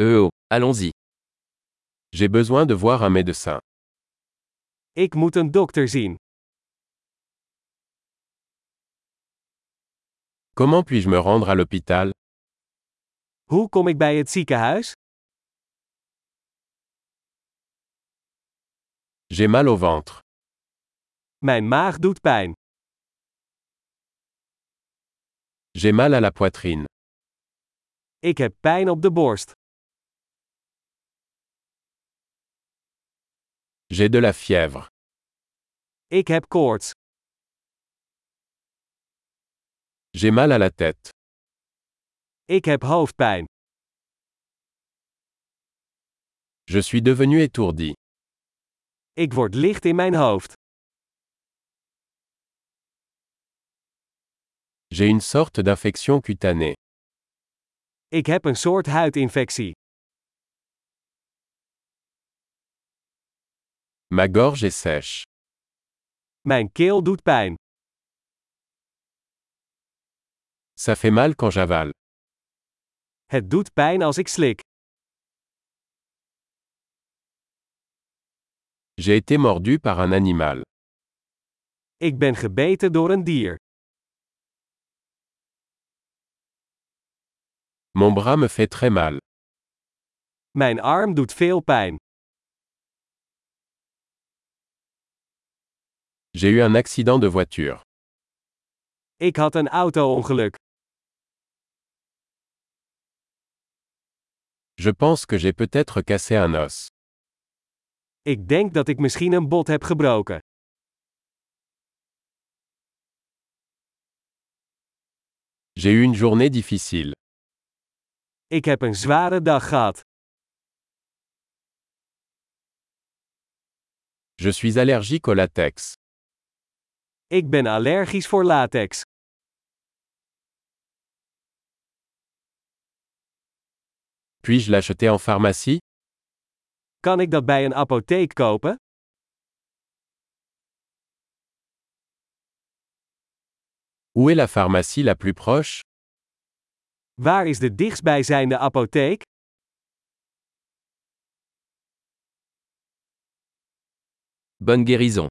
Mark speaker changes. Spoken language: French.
Speaker 1: Euh oh, allons-y.
Speaker 2: J'ai besoin de voir un médecin.
Speaker 3: Ik moet een dokter zien.
Speaker 2: Comment puis-je me rendre à l'hôpital
Speaker 3: Hoe kom ik bij het ziekenhuis?
Speaker 2: J'ai mal au ventre.
Speaker 3: Mijn maag doet pijn.
Speaker 2: J'ai mal à la poitrine.
Speaker 3: Ik heb pijn op de borst.
Speaker 2: J'ai de la fièvre.
Speaker 3: Ik heb koorts.
Speaker 2: J'ai mal à la tête.
Speaker 3: Ik heb hoofdpijn.
Speaker 2: Je suis devenu étourdi.
Speaker 3: Ik word licht in mijn hoofd.
Speaker 2: J'ai une sorte d'infection cutanée.
Speaker 3: Ik heb een soort huidinfectie.
Speaker 2: Ma gorge est sèche.
Speaker 3: Mijn keel doet pijn.
Speaker 2: Ça fait mal quand j'avale.
Speaker 3: Het doet pijn als ik slik.
Speaker 2: J'ai été mordu par un animal.
Speaker 3: Ik ben gebeten door een dier.
Speaker 2: Mon bras me fait très mal.
Speaker 3: Mijn arm doet veel pijn.
Speaker 2: J'ai eu un accident de voiture.
Speaker 3: Ik had een auto-ongeluk.
Speaker 2: Je pense que j'ai peut-être cassé un os.
Speaker 3: Ik denk dat ik misschien een bot heb gebroken.
Speaker 2: J'ai eu une journée difficile.
Speaker 3: Ik heb een zware dag gehad.
Speaker 2: Je suis allergique au latex.
Speaker 3: Ik ben allergisch voor latex.
Speaker 2: Puis-je l'acheter en pharmacie
Speaker 3: Kan ik dat bij een apotheek kopen?
Speaker 2: Où est la pharmacie la plus proche
Speaker 3: Waar is de dichtstbijzijnde apotheek?
Speaker 1: Bonne guérison.